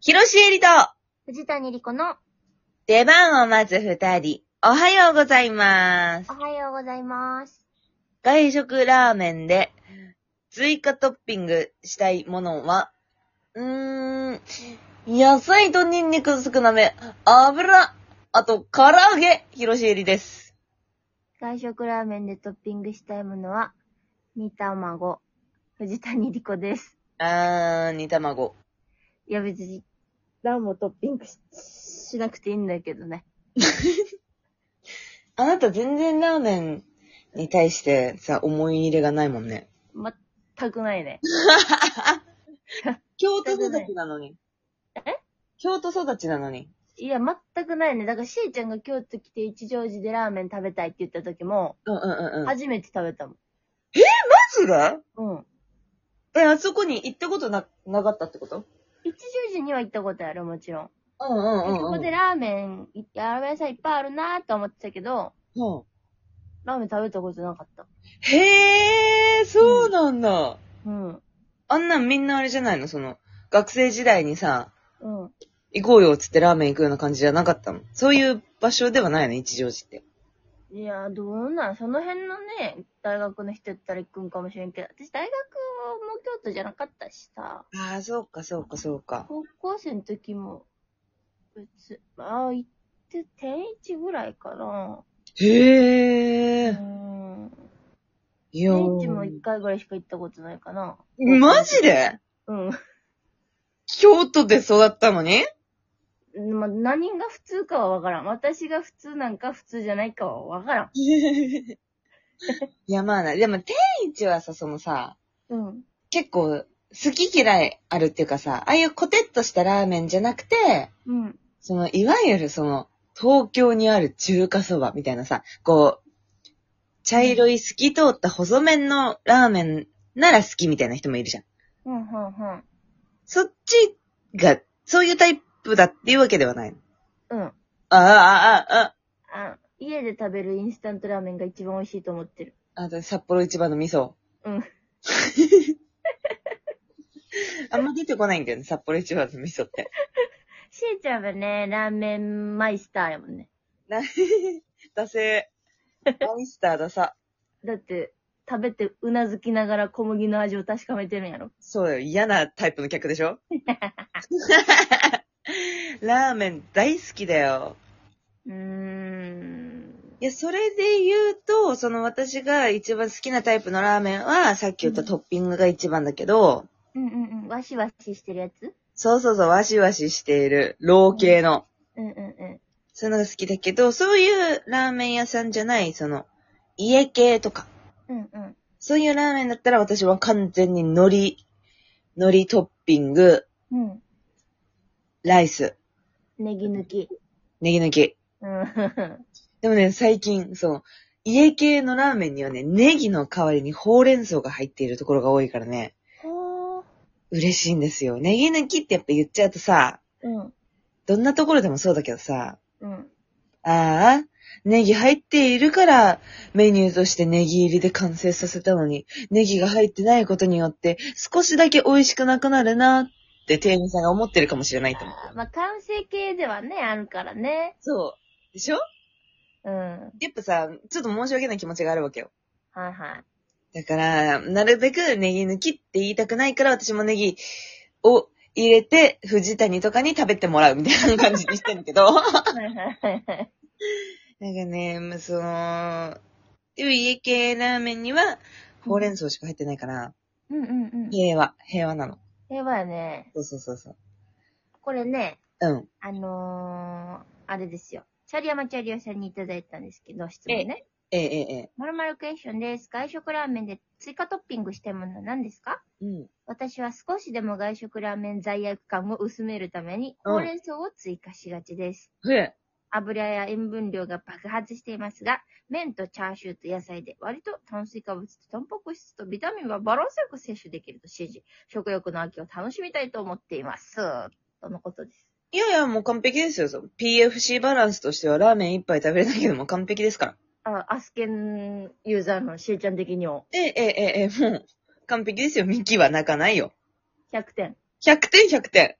広ロえりと、藤谷莉子の出番を待つ二人、おはようございますお。はようございます。外食ラーメンで、追加トッピングしたいものは、うーん、野菜とニンニク少なめ、油、あと唐揚げ、広ロえりです。外食ラーメンでトッピングしたいものは、煮卵、藤谷莉子です。あー、煮卵。いや別に、ラーもトッピングししなくていいんだけどね。あなた全然ラーメンに対してさ、思い入れがないもんね。全くないね。京都育ちなのに。え京都育ちなのに。いや、全くないね。だから、しーちゃんが京都来て一乗寺でラーメン食べたいって言った時も、うんうんうんうん。初めて食べたもん。つがうん。え、あそこに行ったことな、なかったってこと一乗寺には行ったことある、もちろん。うんうんそこでラーメン、いラーメン屋さんいっぱいあるなーと思ってたけど、うん。ラーメン食べたことなかった。へえ、そうなんだ。うん。あんなんみんなあれじゃないのその、学生時代にさ、うん。行こうよっつってラーメン行くような感じじゃなかったの。そういう場所ではないの、一乗寺って。いや、どうなんその辺のね、大学の人やったら行くんかもしれんけど、私大学も京都じゃなかったしさ、ああ、そうか、そうか、そうか。高校生の時も、別、ああ、行って、天一ぐらいかな。へえ。うん。いや天一もー一回ぐらいしか行ったことないかな。マジでうん。京都で育ったの にまあ、何が普通かはわからん。私が普通なんか普通じゃないかはわからん。いや、まあな、でも天一はさ、そのさ、うん。結構、好き嫌いあるっていうかさ、ああいうコテッとしたラーメンじゃなくて、うん。その、いわゆるその、東京にある中華そばみたいなさ、こう、茶色い透き通った細麺のラーメンなら好きみたいな人もいるじゃん。うん、うん、うん。そっちが、そういうタイプだっていうわけではないの。うん。ああ、ああ、ああ、家で食べるインスタントラーメンが一番美味しいと思ってる。あ、あと札幌一番の味噌。うん。 あんま出てこないんだよね、札幌一番の味噌って。しーちゃんはね、ラーメンマイスターやもんね。 だせー。マイスターださ。だって、食べてうなずきながら小麦の味を確かめてるんやろ。そうだよ、嫌なタイプの客でしょ ラーメン大好きだよ。うーん。いや、それで言うと、その私が一番好きなタイプのラーメンは、さっき言ったトッピングが一番だけど、うんうんうん。わしわししてるやつそうそうそう、ワシワシしている、ロー系の、うんうんうそういうのが好きだけど、そういうラーメン屋さんじゃない、その、家系とか、ん。うんうん。そういうラーメンだったら私は完全に海苔、海苔トッピング、うん。ライス、ネギ抜き。ネギ抜き。うん。でもね、最近、そう、家系のラーメンにはね、ネギの代わりにほうれん草が入っているところが多いからね、ほー。嬉しいんですよ。ネギ抜きってやっぱ言っちゃうとさ、うん。どんなところでもそうだけどさ、うん。ああ、ネギ入っているから、メニューとしてネギ入りで完成させたのに、ネギが入ってないことによって、少しだけ美味しくなくなるなって店員さんが思ってるかもしれないと思う。あまあ、完成形ではね、あるからね。そう。でしょうん。はやっぱさ、ちょっと申し訳ない気持ちがあるわけよ。いはい。だから、なるべくネギ抜きって言いたくないから、私もネギを入れて、藤谷とかに食べてもらうみたいな感じにしてんだけど。なんかはいはいはいはい。ね、まあ、その、でも家系ラーメンには、ほうれん草しか入ってないから、うんうんうん。平和、平和なの。やばいね。そうそうそうそう。これね、うん。あのー、あれですよ。チャリヤマチャリオさんにいただいたんですけど、質問ね。ええええまるまるクエスチョンです。外食ラーメンで追加トッピングしたいものは何ですかええ。うん。私は少しでも外食ラーメン罪悪感を薄めるために、うんほうれん草を追加しがちです。ふえ。油や塩分量が爆発していますが、麺とチャーシューと野菜で割と炭水化物とタンパク質とビタミンはバランスよく摂取できると指示。食欲の秋を楽しみたいと思っています。とのことです。いやいや、もう完璧ですよ。その PFC バランスとしてはラーメン一杯食べれないけども完璧ですから。あ、アスケンユーザーのしえちゃん的にもええええええ、もう、完璧ですよ。ミキは泣かないよ。 100点。 100点100点。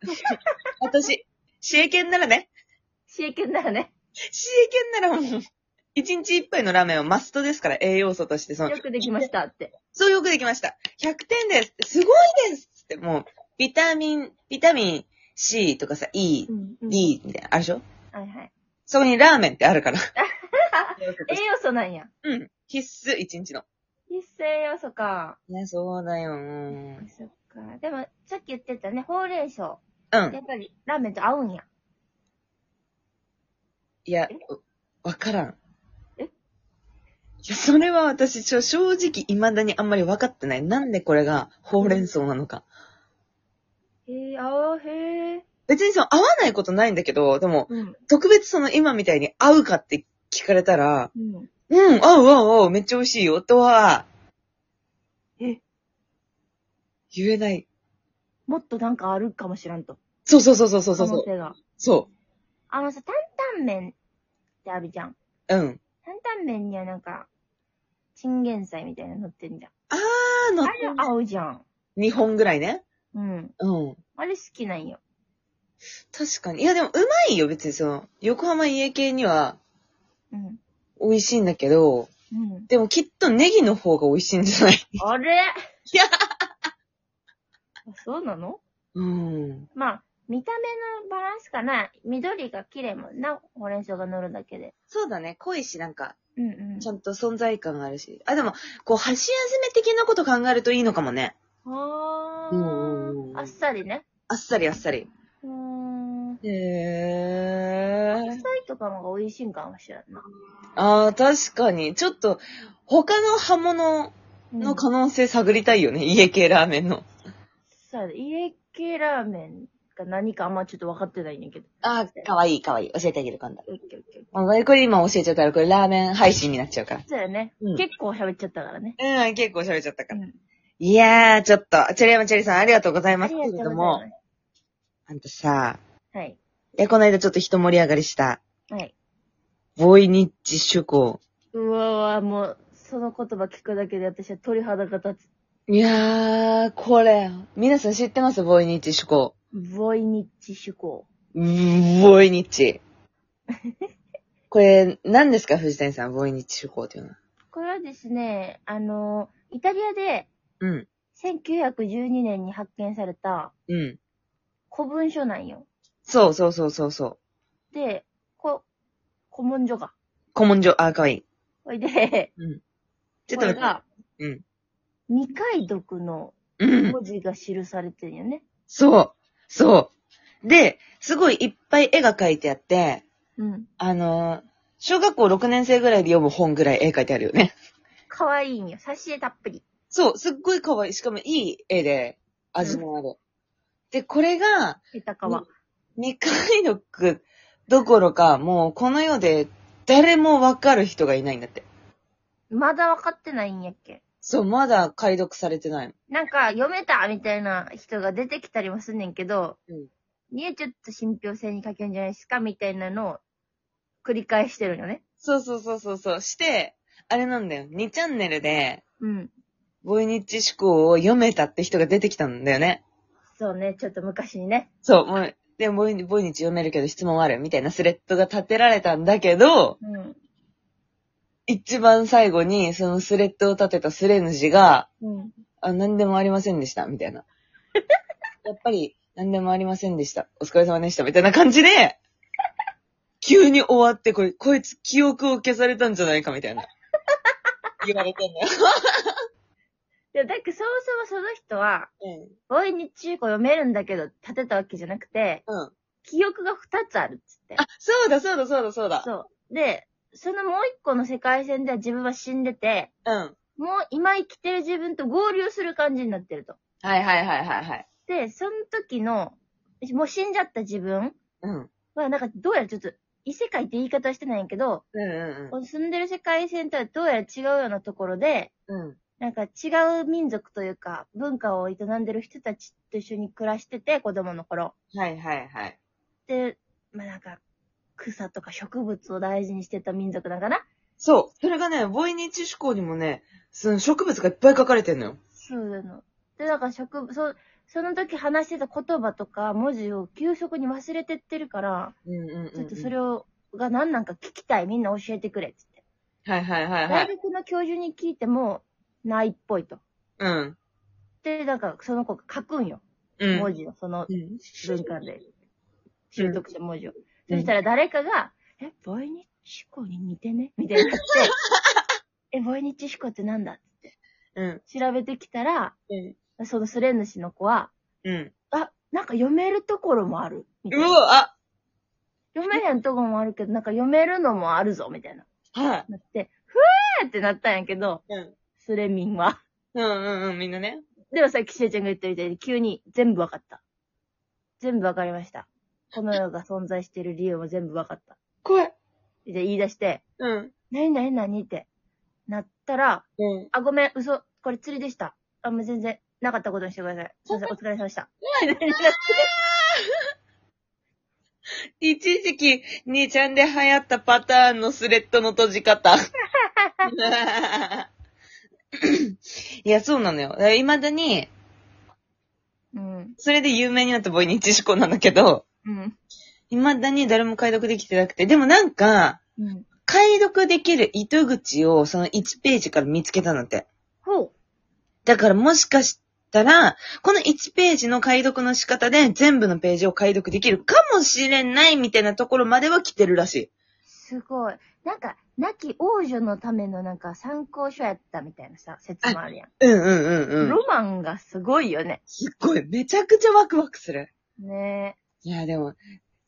私、支援犬ならね、シェイケンならね、支援犬ならもう、一日一杯のラーメンはマストですから、栄養素として、そのよ、くできましたって。そうよくできました。100点です。すごいですって、もう、ビタミン、ビタミン C とかさ、E う、んうん D みたいな、あるでしょはいはい。そこにラーメンってあるから。栄養素なんや。うん。必須、一日の。必須栄養素か。ね、そうだよ。うん。そっか。でも、さっき言ってたね、ほうれん草。うんやっぱり、ラーメンと合うんや。いや、わからん。えいや、それは私、ちょ正直、未だにあんまり分かってない。なんでこれが、ほうれん草なのか。へえ、あー、へえ。別にその、合わないことないんだけど、でも、うん。特別その、今みたいに合うかって聞かれたら、うん。うん、合う合う合う、めっちゃ美味しいよ、とは、え言えない。もっとなんかあるかもしらんと。そうそうそうそうそうそ可能う。性が。そあのさ、担々麺ってあるじゃん。う。うん。担々麺にはなんか、チンゲン菜みたいなの乗ってんじゃん。あーのあ、れ合うじゃん。 2本ぐらいね。うん。うん。あれ好きなんよ。確かに。いや、でも、うまいよ、別にその、横浜家系にはうん。美味しいんだけど、うん。でもきっとネギの方が美味しいんじゃないあれいやそうなのうん。まあ、見た目のバランスかな。緑が綺麗もんな、ほうれん草が乗るだけで。そうだね。濃いし、なんか、うんうん。ちゃんと存在感があるし。あ、でも、こう、箸休め的なこと考えるといいのかもね。あうんうんうんー。あっさりね。あっさりあっさり。うーん。へえ野菜とかの方が美味しいんかもしれんな。ああ、確かに。ちょっと、他の刃物うんの可能性探りたいよね。家系ラーメンの。さあ、家系ラーメンが何かあんまちょっと分かってないんだけど。ああ、かわいいかわいい。教えてあげる、今度。オッケーオッケーオッケあこれ今教えちゃったら、これラーメン配信になっちゃうからー。そうだよね。うん結構喋っちゃったからね。うん、結構喋っちゃったから。うんいやー、ちょっと、チェリヤマチェリさんありがとうございあますりけがとれうございどまも、あんたさ、す。はい。いや、この間ちょっと一盛り上がりした、はい。ボーイニッチ主公。うわうわ、もう、その言葉聞くだけで私は鳥肌が立つ。いやー、これ、皆さん知ってますボーイニッチ主公。ボイニッチ趣向。うーんボーイニッチ。 これ、何ですか藤谷さん、ボーイニッチ主公っていうのは。これはですね、あの、イタリアでうん、 1912年に発見されたうん。古文書なんよ。そうそうそうそうそう。で、こ、古文書が。古文書、あ、かわいい。ほい で、ちょっことれ待って。が、うん。未解読のうん。文字が記されてるよね。そう。そう。で、すごいいっぱい絵が描いてあって、うん。あのー小学校6年生ぐらいで読む本ぐらい絵描いてあるよね。かわいいんよ。挿絵たっぷり。そう、すっごい可愛い。しかもいい絵で、味もある。で、これが、下手かは。未解読どころか、もうこの世で誰もわかる人がいないんだって。まだ分かってないんやっけ。そう、まだ解読されてない。なんか、読めたみたいな人が出てきたりもすんねんけど、うんいや、ちょっと信憑性に欠けるんじゃないですかみたいなのを繰り返してるよね。そうそうそうそうそう。して、あれなんだよ。2チャンネルで、うん。ボイニッチ思考を読めたって人が出てきたんだよね。そうね、ちょっと昔にね。そう、もう、で、ボイボイニッチ読めるけど質問あるみたいなスレッドが立てられたんだけど、うん。一番最後に、そのスレッドを立てたスレ主が、うん。あ、何でもありませんでした、みたい な。やっぱり、何でもありませんでした。お疲れ様でした、みたいな感じで、急に終わって、これ、こいつ記憶を消されたんじゃないか、みたいな。言われてんだよ。いや、だってそもそもその人は、うん。ボイニ中古読めるんだけど、立てたわけじゃなくて、うん。記憶が二つあるっつって。あ、そうだ、そうだ、そうだ、そうだ。そう。で、そのもう一個の世界線では自分は死んでて、うん。はいもう今生きてる自分と合流する感じになってると。はいはいはいはい。で、その時の、もう死んじゃった自分うん。うんは、なんかどうやらちょっと、異世界って言い方はしてないんやけど、うんこの住んでる世界線とはどうやら違うようなところで、うん。うん。なんか違う民族というか、文化を営んでる人たちと一緒に暮らしてて、子供の頃。はいはいはい。で、まあなんか、草とか植物を大事にしてた民族だから、そう。それがね、ボイニッチ思考にもね、その植物がいっぱい書かれてんのよ。そうなの。で、なんか植物、そう、その時話してた言葉とか文字を急速に忘れてってるから、うんうんうん。ちょっとそれを、が何なんか聞きたい。みんな教えてくれ。つって。はいはいはいは大い。学の教授に聞いても、ないっぽいと。うん。で、なんかその子が書くんよ。うん。文字を、その うん。文化で習得した文字を。うんそしたら誰かが、え、ボイニッチ思考に似てねみたい になって、え、ボイニッチ思考ってなんだってうん。調べてきたら、うん。そのスレ主の子は、うん。あ、なんか読めるところもある。みたいうなわ読めへんところもあるけど、なんか読めるのもあるぞ、みたいな。あはい。なって、ふえーってなったんやけど、うん。スレミンは。うんうんうん、みんなね。でもさっきしえちゃんが言ったみたいに、急に全部わかった。全部わかりました。この世が存在している理由も全部わかった。怖い。で、言い出して、うん。なになになにってなったら、うん。あ、ごめん、嘘、これ釣りでした。あ、もう全然、なかったことにしてください。すいません、お疲れ様でした。一時期、兄ちゃんで流行ったパターンのスレッドの閉じ方。 いや、そうなのよ。いまだに、 うん。それで有名になったボイニッチ思考なんだけど、うん。いまだに誰も解読できてなくて。でもなんか、うん。解読できる糸口をその1ページから見つけたのって。ほだからもしかしたら、この1ページの解読の仕方で全部のページを解読できるかもしれないみたいなところまでは来てるらしい。う。すごい。なんか、亡き王女のためのなんか参考書やったみたいなさ、説もあるやん。うんうんうんうん。ロマンがすごいよね。すっごい、めちゃくちゃワクワクする。ねいや、でも、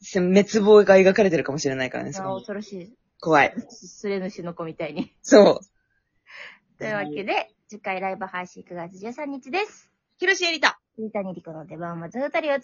せ滅亡が描かれてるかもしれないからえ。ね、そまあこに恐ろしい。怖い。スレ主の子みたいに。そう。というわけで、次回ライブ配信9月13日です。広ロシエリタ。藤谷莉子の出番を待つ二人を